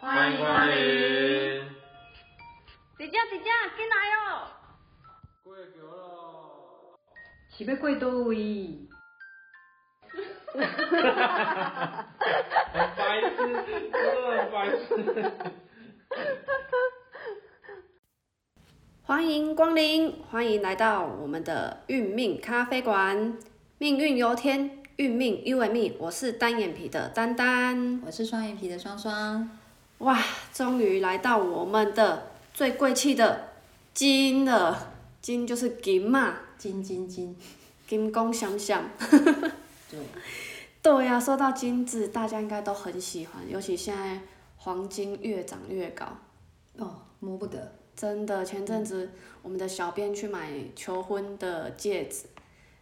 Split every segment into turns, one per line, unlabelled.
欢迎光临。
姐姐姐姐，进来哦哟、
过桥咯！
是要过倒位？
很哎白痴，真的很白痴。
欢迎光临，欢迎来到我们的运命咖啡馆。命运由天，运命由命。我是单眼皮的丹丹。
我是双眼皮的双
哎
双，
哇，终于来到我们的最贵气的金了，金就是金嘛，
金金金，
金光闪闪。
对，
对呀、说到金子，大家应该都很喜欢，尤其现在黄金越涨越高。
哦，摸不得，
真的，前阵子我们的小编去买求婚的戒指，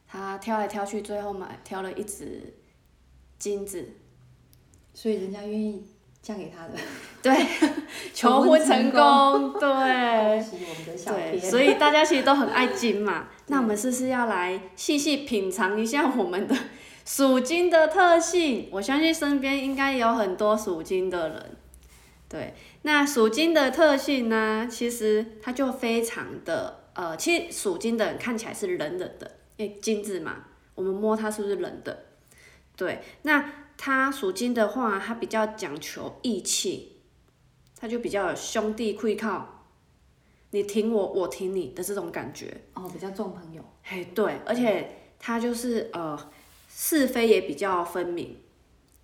他挑来挑去，最后买挑了一只金子。
所以人家愿意嫁给他的，
对，求婚成功，对。
是我们的小
对，
编，
所以大家其实都很爱金嘛。那我们是不是要来细细品尝一下我们的属金的特性？我相信身边应该有很多属金的人。对，那属金的特性呢，其实它就非常的呃，其实属金的人看起来是冷冷的，因为金子嘛，我们摸它是不是冷的？对，那它属金的话，它比较讲求义气，它就比较有兄弟会靠。你挺我，我挺你的这种感觉。
哦，比较重朋友，
嘿，对，而且他就是呃，是非也比较分明，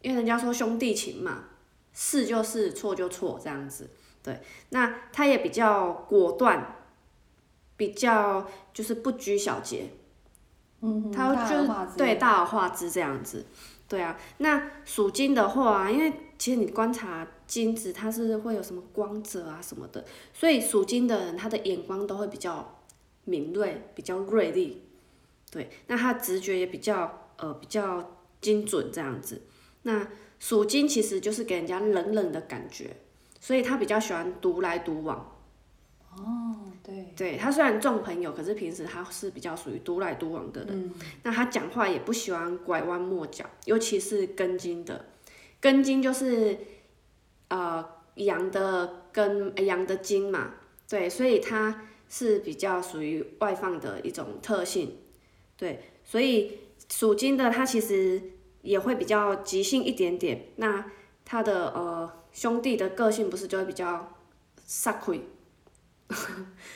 因为人家说兄弟情嘛，是就是错就错这样子。对，那他也比较果断，比较就是不拘小节。
嗯
他
大
就
而
是
化之
对大而化之这样子。对啊，那属金的话、因为其实你观察金子，它是会有什么光泽啊什么的，所以属金的人他的眼光都会比较敏锐，比较锐利。对，那他直觉也比较呃比较精准这样子。那属金其实就是给人家冷冷的感觉，所以他比较喜欢独来独往。
哦，对，
对他虽然重朋友，可是平时他是比较属于独来独往的人。那他讲话也不喜欢拐弯抹角，尤其是根茎的，根茎就是呃羊的根，呃羊的茎嘛，对，所以它是比较属于外放的一种特性，对，所以属金的它其实也会比较急性一点点，那他的呃兄弟的个性不是就会比较撒亏，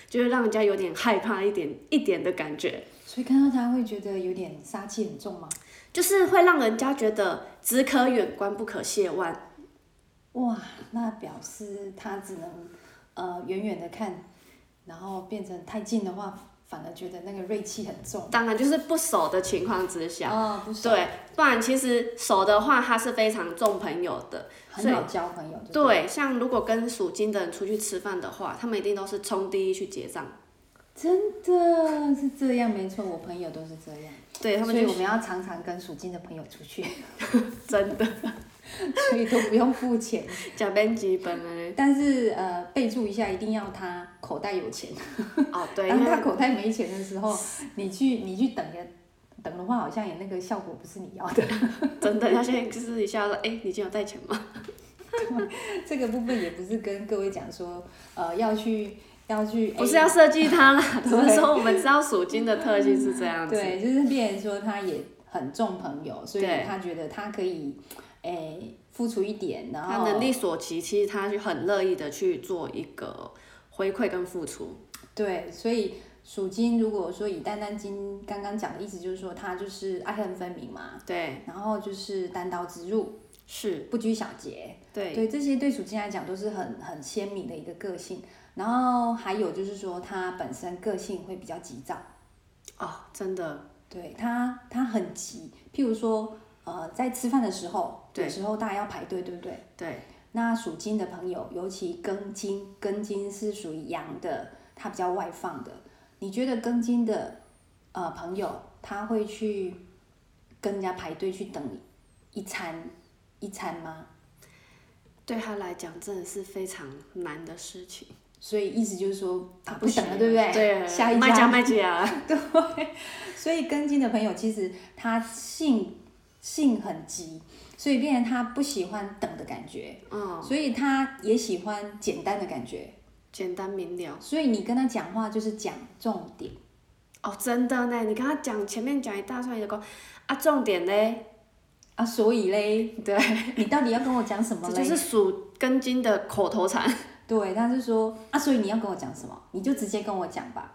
就是让人家有点害怕一点一点的感觉。
所以看到他会觉得有点杀气很重嘛，
就是会让人家觉得只可远观不可亵玩。
哇，那表示他只能呃远远的看，然后变成太近的话，反而觉得那个锐气很重，
当然就是不熟的情况之下，
哦，不是，
对，不然其实熟的话，他是非常重朋友的。
很
所以
好交朋友，就了，
对，像如果跟属金的人出去吃饭的话，他们一定都是冲第一去结账。
真的是这样，没错，我朋友都是这样。
对他们
所以
就
我们要常常跟属金的朋友出去，
真的
所以都不用付钱。
假编辑本来
但是呃，备注一下，一定要他口袋有钱。
哦对，因
当
为
他口袋没钱的时候，你去你去等个等的话，好像也那个效果不是你要的。
真的他现在就是一下说，哎、你今天有 带钱吗？
这个部分也不是跟各位讲说，呃，要去要去，
不是
哎
要设计他 啦，只
对
是说我们知道属金的特性是这样子。
对，就是变成说他也很重朋友，所以
对
他觉得他可以，哎、付出一点，然
他
后
能力所及，其实他就很乐意的去做一个回馈跟付出。
对，所以属金如果说以丹丹金刚刚讲的意思，就是说他就是爱恨分明嘛，
对，
然后就是单刀直入，
是，
不拘小节，
对，
这些对属金来讲都是很很鲜明的一个个性。然后还有就是说他本身个性会比较急躁，
哦，真的，
对他他很急，譬如说呃在吃饭的时候，有
对
时候大家要排队，对不对？
对，
那属金的朋友，尤其庚金，庚金是属于阳的，它比较外放的。你觉得庚金的呃朋友，他会去跟人家排队去等一餐一餐吗？
对他来讲真的是非常难的事情。
所以意思就是说，他啊不
需
等
要
了，对不对？
对，
下一
卖家
家。
卖家，
对，所以庚金的朋友其实他性性很急，所以变成他不喜欢等的感觉，
嗯，
所以他也喜欢简单的感觉。
简单明了。
所以你跟他讲话就是讲重点，
哦，真的呢，你跟他讲前面讲一大串，你就讲啊，重点嘞，
啊，所以嘞，
对，
你到底要跟我讲什么
这
嘞？
就是数根筋的口头禅。
对，他是说啊，所以你要跟我讲什么，你就直接跟我讲吧。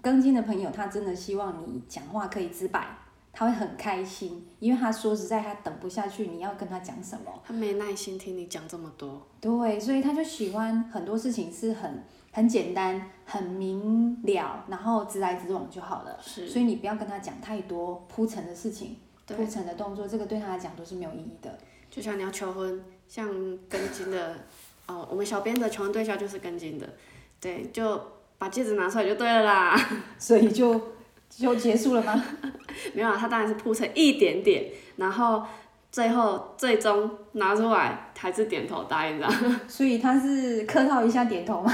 跟进的朋友，他真的希望你讲话可以直白，他会很开心，因为他说实在，他等不下去，你要跟他讲什么。
他没耐心听你讲这么多，
对，所以他就喜欢很多事情是很很简单、很明了，然后直来直往就好了。
是
所以你不要跟他讲太多铺陈的事情、
对
铺陈的动作，这个对他来讲都是没有意义的。
就像你要求婚，像根筋的，哦，我们小编的求婚对象就是根筋的，对，就把戒指拿出来就对了啦。
所以就就结束了吗？
没有啊，他当然是铺成一点点，然后最后最终拿出来还是点头答应的。
所以他是客套一下点头吗？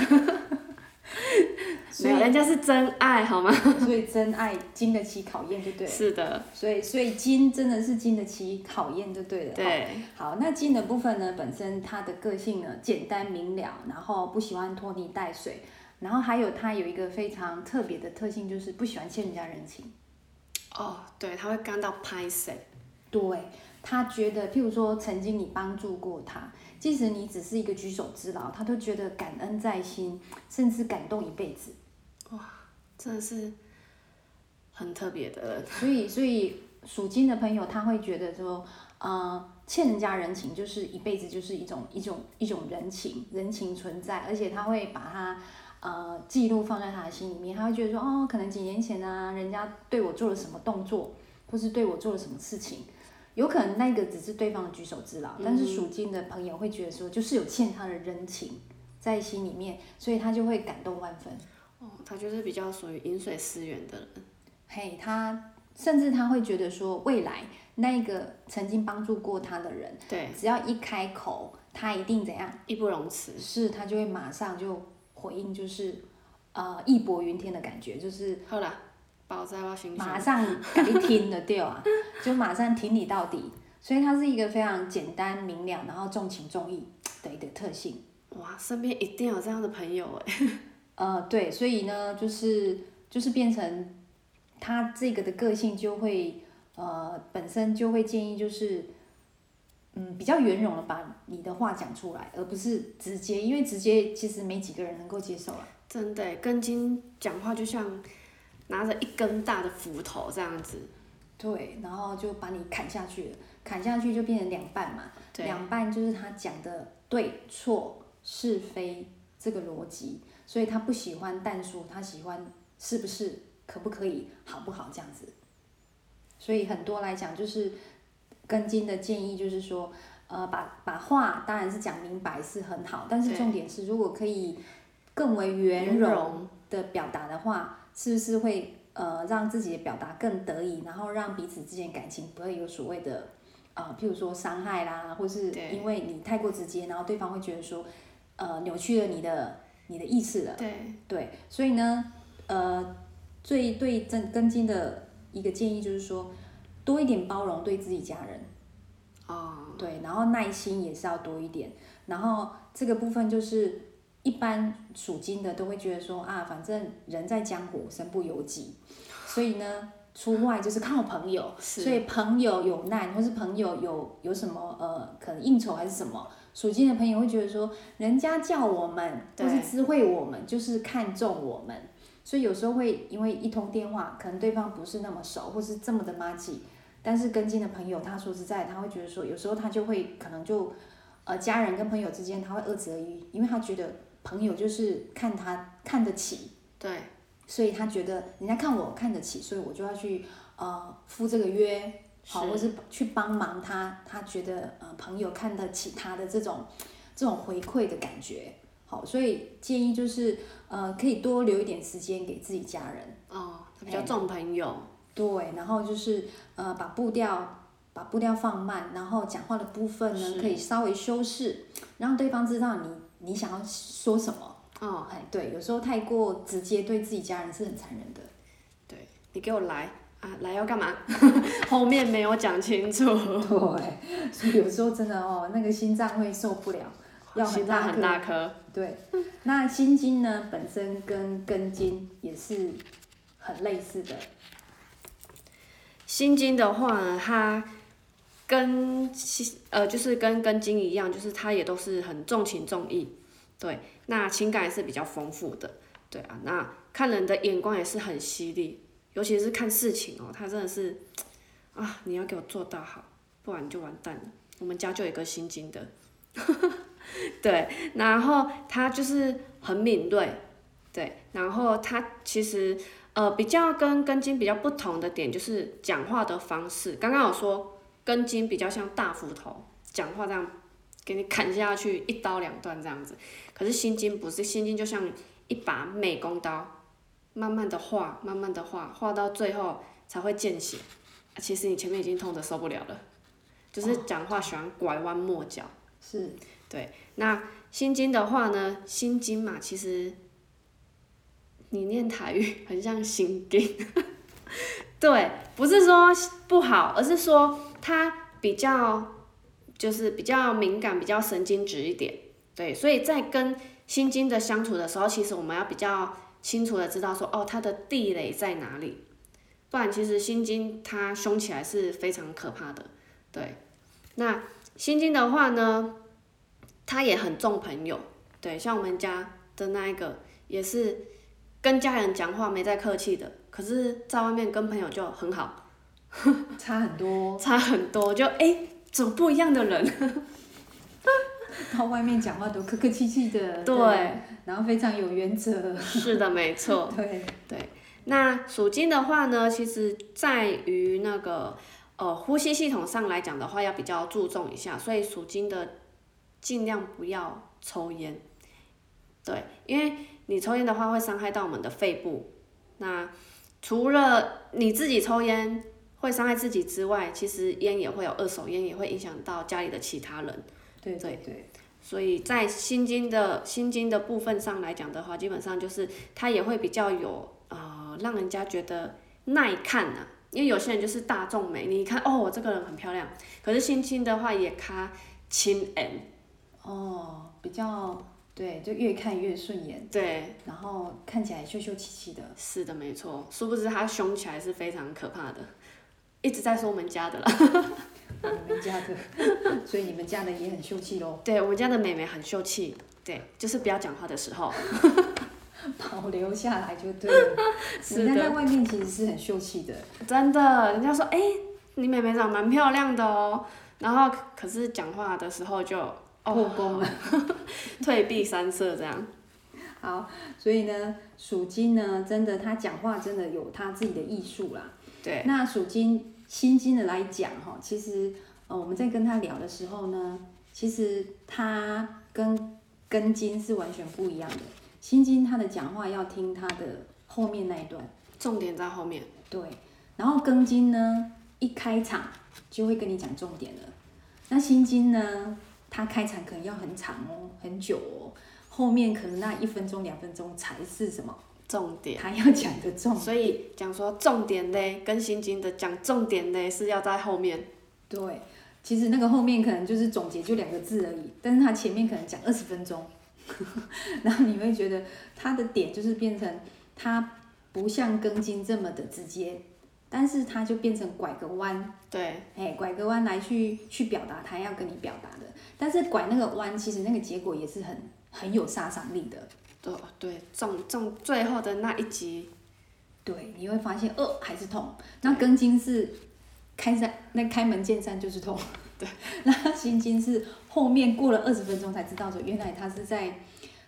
所
没有，
以
人家是真爱好吗？
所以真爱经得起考验就对了。
是的，
所以所以经真的是经得起考验就对了。
对，
好，那金的部分呢，本身他的个性呢简单明了，然后不喜欢拖泥带水，然后还有他有一个非常特别的特性，就是不喜欢欠人家人情。
哦，对，他会干到拍谁？
对他觉得，譬如说曾经你帮助过他，即使你只是一个举手之劳，他都觉得感恩在心，甚至感动一辈子。
真的是很特别的人。
所以，所以属金的朋友他会觉得说，呃，欠人家人情就是一辈子就是一种一种一种人情，人情存在，而且他会把它呃记录放在他的心里面，他会觉得说，哦，可能几年前啊，人家对我做了什么动作，或是对我做了什么事情。有可能那个只是对方的举手之劳，但是
嗯
属金的朋友会觉得说，就是有欠他的人情在心里面，所以他就会感动万分。
哦，他就是比较属于饮水思源的人。
嘿，他甚至他会觉得说，未来那个曾经帮助过他的人，
对，
只要一开口，他一定怎样？
义不容辞。
是他就会马上就回应，就是呃义薄云天的感觉，就是
好啦，包在我心
马
上。
上给你听的掉啊，就马上挺你到底。所以他是一个非常简单明了，然后重情重义的一个特性。
哇，身边一定有这样的朋友哎。
呃，对，所以呢，就是就是变成他这个的个性就会呃，本身就会建议就是，嗯，比较圆融的把你的话讲出来，而不是直接，因为直接其实没几个人能够接受啊。
真的耶，根筋讲话就像拿着一根大的斧头这样子。
对，然后就把你砍下去了，砍下去就变成两半嘛，
对，
两半就是他讲的对错是非这个逻辑，所以他不喜欢但说，他喜欢是不是可不可以好不好这样子。所以很多来讲就是跟进的建议就是说，呃，把把话当然是讲明白是很好，但是
对
重点是如果可以更为圆融的表达的话，是不是会呃让自己的表达更得以，然后让彼此之间感情不会有所谓的呃，譬如说伤害啦，或是
对
因为你太过直接，然后对方会觉得说呃扭曲了你的你的意识了。
对，
对，所以呢，呃，最对正根筋的一个建议就是说，多一点包容对自己家人，
哦，
对，然后耐心也是要多一点，然后这个部分就是一般属金的都会觉得说啊，反正人在江湖身不由己，所以呢，出外就是靠朋友，
是
所以朋友有难，或是朋友有有什么呃，可能应酬还是什么，属金的朋友会觉得说，人家叫我们，
对
或是知会我们，就是看重我们，所以有时候会因为一通电话，可能对方不是那么熟，或是这么的妈吉，但是跟进的朋友，他说实在，他会觉得说，有时候他就会可能就，呃，家人跟朋友之间，他会二择一，因为他觉得朋友就是看他看得起，
对，
所以他觉得人家看我看得起，所以我就要去呃赴这个约，好，
是
或是去帮忙他，他觉得呃朋友看得起他的这种这种回馈的感觉，好，所以建议就是呃可以多留一点时间给自己家人，
哦，
哎
他比较重朋友。
对，然后就是呃把步调把步调放慢，然后讲话的部分呢
是
可以稍微修饰，让对方知道你你想要说什么，
哦，
哎，对，有时候太过直接对自己家人是很残忍的。
你给我来，啊，来要干嘛？ 后面没有讲清楚，
对，所以有时候真的哦，那个心脏会受不了，要很
心脏
大
很
颗。
大颗，
对，那心经呢本身跟根经也是很类似的，
心经的话呢，它跟心呃就是跟跟经一样，就是它也都是很重情重义，对，那情感也是比较丰富的，对啊，那看人的眼光也是很犀利，尤其是看事情哦，他真的是啊，你要给我做到好，不然你就完蛋了。我们家就有一个心经的， 对，然后他就是很敏锐，对，然后他其实呃，比较跟根茎比较不同的点就是讲话的方式。刚刚有说根茎比较像大斧头，讲话这样给你砍下去，一刀两断这样子。可是心经不是，心经就像一把美工刀，慢慢的画，慢慢的画，画到最后才会见血。啊其实你前面已经痛的受不了了，就是讲话喜欢拐弯抹角。
是
那心经的话呢，心经嘛，其实你念台语很像心经， 对，不是说不好，而是说它比较就是比较敏感，比较神经质一点，对，所以在跟心经的相处的时候，其实我们要比较清楚的知道说，哦，它的地雷在哪里，不然其实心经它凶起来是非常可怕的，对。那心经的话呢，他也很重朋友，对，像我们家的那一个也是跟家人讲话没在客气的，可是在外面跟朋友就很好，
差很多。
差很多，就哎、诶怎么不一样的人？
到外面讲话都客客气气的，
对，
然后非常有原则，
是的，没错。
对，
那属金的话呢，其实在于那个呃呼吸系统上来讲的话，要比较注重一下，所以属金的尽量不要抽烟，对，因为你抽烟的话会伤害到我们的肺部。那除了你自己抽烟会伤害自己之外，其实烟也会有二手烟，也会影响到家里的其他人。
对对对，
所以在心经的心经的部分上来讲的话，基本上就是它也会比较有呃，让人家觉得耐看啊。因为有些人就是大众美，你一看哦，这个人很漂亮，可是心经的话也咖亲眼，
哦，比较对，就越看越顺眼，
对，
然后看起来秀秀气气的，
是的，没错。殊不知他凶起来是非常可怕的，一直在说我们家的啦。
你们家的， 所以你们家的也很秀气喽，
对我们家的妹妹很秀气，对，就是不要讲话的时候，
保留下来就 对了。
是
人家在
的，
外面其实是很秀气的，
真的，人家说哎、你妹妹长蛮漂亮的哦，然后可是讲话的时候就
破功了。
退避三舍这样。
好，所以呢，属金呢，真的他讲话真的有他自己的艺术啦。
对，
那属金心经的来讲哈，其实呃我们在跟他聊的时候呢，其实他跟跟经是完全不一样的。心经他的讲话要听他的后面那一段，
重点在后面。
对。然后庚金呢，一开场就会跟你讲重点了。那心经呢，它开场可能要很长哦，很久哦，后面可能那一分钟、两分钟才是什么
重点，
他要讲的重点
所以讲说重点嘞，跟心经的讲重点嘞是要在后面，
对，其实那个后面可能就是总结就两个字而已，但是他前面可能讲二十分钟， 然后你会觉得他的点就是变成他不像根茎这么的直接，但是他就变成拐个弯，
对，
哎，拐个弯来去去表达他要跟你表达的，但是拐那个弯其实那个结果也是很很有杀伤力的。
对对，重重最后的那一集，
对，你会发现，呃，还是痛。那根筋是开山，那开门见山就是痛。对， 那心经是后面过了二十分钟才知道说，原来他是在，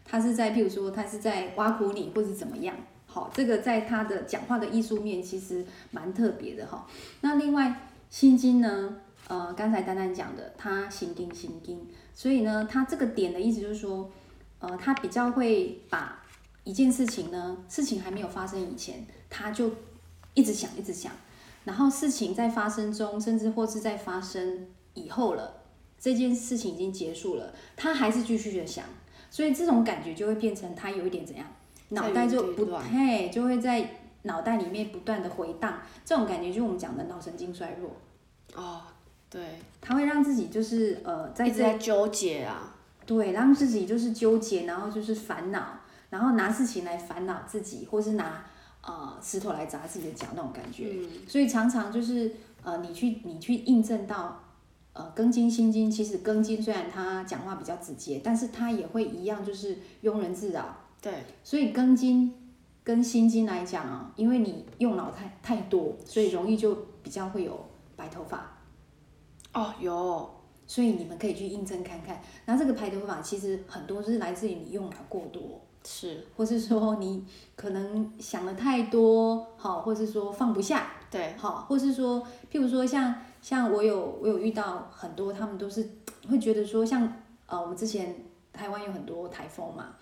他是在，譬如说他是在挖苦你，或是怎么样。好，这个在他的讲话的艺术面其实蛮特别的哈。那另外心经呢，呃，刚才丹丹讲的，他心经心经，所以呢，他这个点的意思就是说，呃，他比较会把一件事情呢，事情还没有发生以前，他就一直想，一直想，然后事情在发生中，甚至或是在发生以后了，这件事情已经结束了，他还是继续的想，所以这种感觉就会变成他有一点怎样，
在
脑袋就
原地
不
乱
嘿，就会在脑袋里面不断的回荡，这种感觉就是我们讲的脑神经衰弱，
哦，对，
它会让自己就是呃在
一直
这
在纠结啊，
对让自己就是纠结，然后就是烦恼，然后拿事情来烦恼自己，或是拿呃石头来砸自己的脚那种感觉。
嗯，
所以常常就是呃，你去你去印证到，呃，庚金辛金，其实庚金虽然他讲话比较直接，但是他也会一样就是庸人自扰。
对，
所以庚金跟辛金来讲啊，因为你用脑太太多，所以容易就比较会有白头发。
哦，有，
所以你们可以去印证看看。那这个白头发其实很多是来自于你用脑过多，
是，
或是说你可能想的太多，好，或是说放不下。
对，
好，或是说，譬如说像像我有我有遇到很多，他们都是会觉得说像，呃，我们之前台湾有很多台风嘛，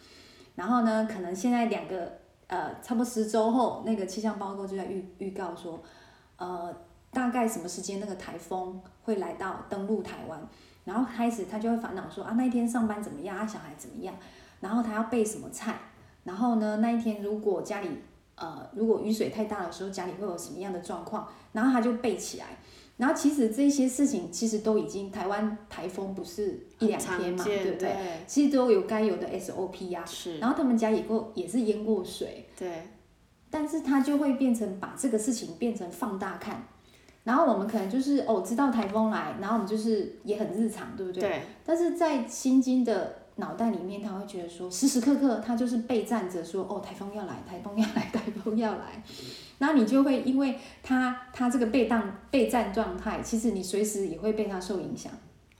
然后呢，可能现在两个呃，差不多十周后，那个气象报告就在预预告说，呃，大概什么时间那个台风会来到登陆台湾，然后开始他就会烦恼说啊，那一天上班怎么样啊，小孩怎么样，然后他要备什么菜，然后呢，那一天如果家里呃，如果雨水太大的时候，家里会有什么样的状况，然后他就背起来。然后其实这些事情其实都已经台湾台风不是一
很
两
常
天嘛，
见
对不对？
对？
其实都有该有的 SOP 呀、啊
是，
然后他们家也过也是淹过水，
对，
但是他就会变成把这个事情变成放大看，然后我们可能就是哦知道台风来，然后我们就是也很日常，对不对？
对，
但是在心经的脑袋里面，他会觉得说时时刻刻他就是备战着说哦台风要来，台风要来， 台风要来，然后你就会因为他他这个被当备战状态，其实你随时也会被他受影响。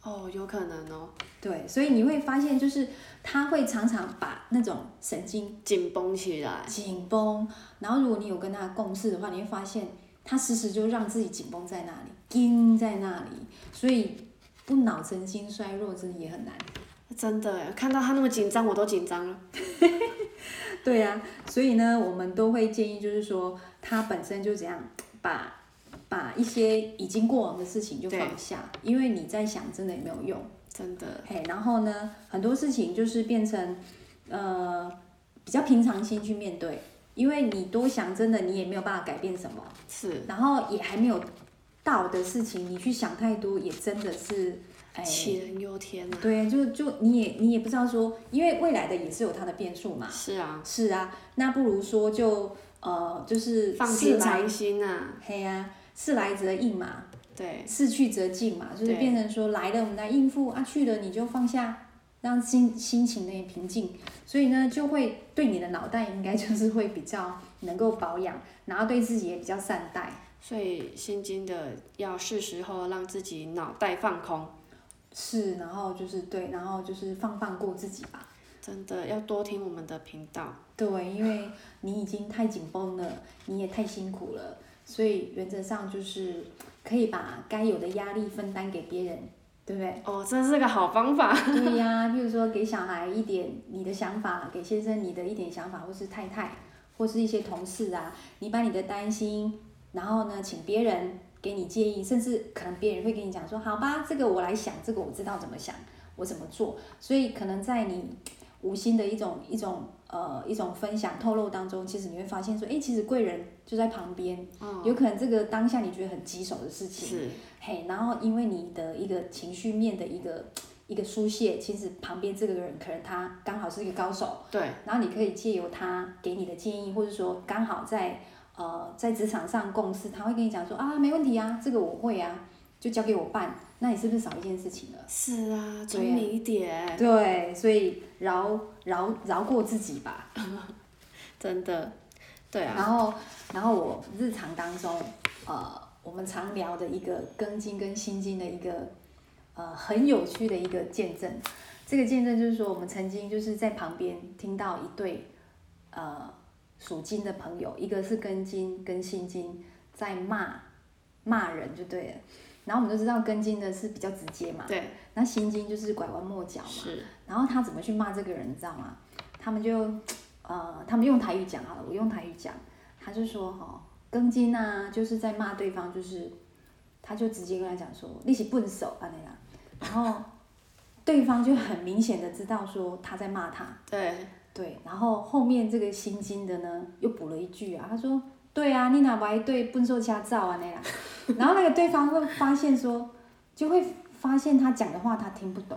哦，有可能哦，
对，所以你会发现，就是他会常常把那种神经
紧绷起来，
紧绷，然后如果你有跟他共事的话，你会发现他时时就让自己紧绷在那里，盯在那里，所以不脑神经衰弱真的也很难。
真的耶，看到他那么紧张，我都紧张了，
对啊，所以呢，我们都会建议，就是说他本身就怎样把把一些已经过往的事情就
对
放下，因为你在想真的也没有用。
真的，
嘿，然后呢，很多事情就是变成呃比较平常心去面对，因为你多想，真的你也没有办法改变什么，
是
然后也还没有到的事情，你去想太多，也真的是哎。
杞人忧天啊，
对，就就你也你也不知道说，因为未来的也是有它的变数嘛。
是啊，
是啊，那不如说就呃，就是
放
事
平
来
常心啊，
嘿呀、事来则应嘛，
对，
事去则进嘛，就是
对
变成说来了我们来应付啊，去了你就放下，让心心情呢也平静，所以呢就会对你的脑袋应该就是会比较能够保养，然后对自己也比较善待。
所以心经的要是时候让自己脑袋放空，
是，然后就是对，然后就是放放过自己吧。
真的要多听我们的频道，
对，因为你已经太紧绷了，你也太辛苦了，所以原则上就是可以把该有的压力分担给别人，对不对？
哦，这是个好方法，
对呀、比如说给小孩一点你的想法，给先生你的一点想法，或是太太，或是一些同事啊，你把你的担心，然后呢，请别人给你建议，甚至可能别人会跟你讲说，好吧，这个我来想，这个我知道怎么想，我怎么做，所以可能在你无心的一种一种呃一种分享透露当中，其实你会发现说，哎，其实贵人就在旁边，
嗯，
有可能这个当下你觉得很棘手的事情，
是，
嘿，然后因为你的一个情绪面的一个一个疏泄，其实旁边这个人可能他刚好是一个高手，
对，
然后你可以借由他给你的建议，或者说刚好在呃在职场上共事，他会跟你讲说啊没问题啊，这个我会啊，就交给我办，那你是不是少一件事情了？
是啊，聪明一点，
对，所以饶饶饶过自己吧。
真的，对啊，
然后，然后我日常当中，呃，我们常聊的一个庚金跟辛金的一个，呃，很有趣的一个见证。这个见证就是说，我们曾经就是在旁边听到一对，呃，属金的朋友，一个是庚金跟辛金在骂骂人就对了。然后我们就知道庚金的是比较直接嘛，
对，
那辛金就是拐弯抹角嘛。
是，
然后他怎么去骂这个人，你知道吗？他们就，呃，他们用台语讲好了，我用台语讲，他就说哈、哦，庚金啊，就是在骂对方，就是，他就直接跟他讲说，你是笨手啊那样，然后对方就很明显的知道说他在骂他，
对，
对，然后后面这个新金的呢又补了一句啊，他说，对啊，你哪来对笨手瞎照啊那啦？ 然后那个对方会发现说，就会发现他讲的话他听不懂，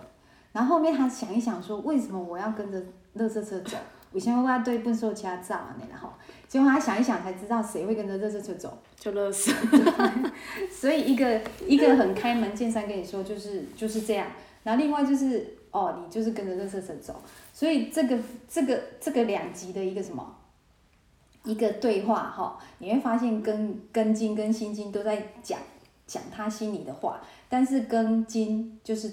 然后后面他想一想说，为什么我要跟着乐色车走？我现在对笨手瞎照啊那啦吼，结果他想一想才知道谁会跟着乐色车走。
就乐死。
所以一个一个很开门见山跟你说，就是就是这样。然后另外就是哦，你就是跟着热色车走。所以这个这个这个两极的一个什么，一个对话哈、你会发现根根金跟心经都在讲讲他心里的话，但是根金就是。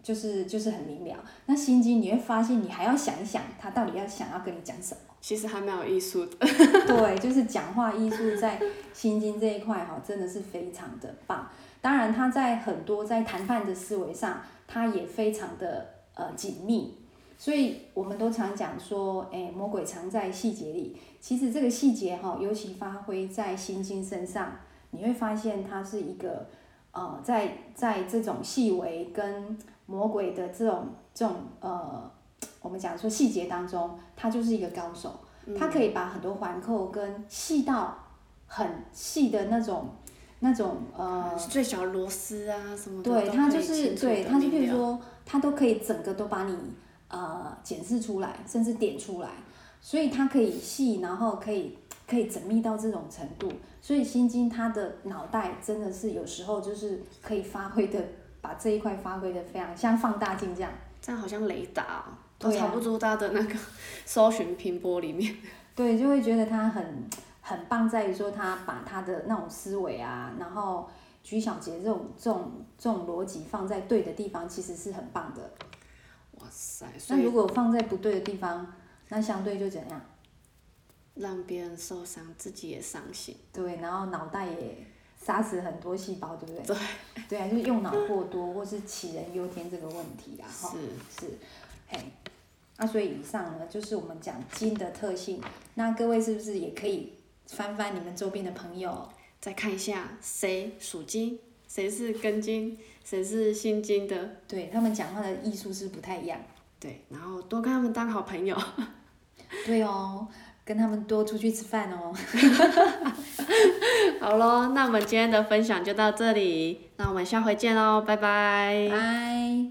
就是就是很明了，那心经你会发现，你还要想一想，他到底要想要跟你讲什么。
其实还蛮有艺术的，
对，就是讲话艺术在心经这一块哈，真的是非常的棒。当然，他在很多在谈判的思维上，他也非常的呃紧密。所以我们都常讲说，哎，魔鬼藏在细节里。其实这个细节哈、尤其发挥在心经身上，你会发现它是一个呃，在在这种细微跟魔鬼的这种这种呃，我们讲说细节当中，他就是一个高手。它可以把很多环扣跟细到很细的那种那种呃，
最小螺丝啊什么的都可
对，
以清楚地明
它
了，
就是对，它就比如说，它都可以整个都把你呃检视出来，甚至点出来，所以它可以细，然后可以可以缜密到这种程度，所以心经它的脑袋真的是有时候就是可以发挥的，把这一块发挥的非常像放大镜这样。
这样好像雷达哦、都
对啊
差不多它的那个 搜寻拼波里面，
对，就会觉得他很很棒，在于说他把他的那种思维啊，然后举小节这种这种这种逻辑放在对的地方，其实是很棒的。
哇塞！哎所
那如
以
果放在不对的地方，那相对就怎样？
让别人受伤，自己也伤心。
对，然后脑袋也杀死很多细胞，对不对？对，对啊，就是用脑过多或是杞人忧天这个问题啊，哈，是，嘿，那所以以上呢，就是我们讲金的特性。那各位是不是也可以翻翻你们周边的朋友？
再看一下谁属金，谁是根金，谁是心金的，
对他们讲话的艺术是不太一样。
对，然后多跟他们当好朋友。
对哦，跟他们多出去吃饭哦。
好喽，那我们今天的分享就到这里，那我们下回见喽，拜拜。
拜。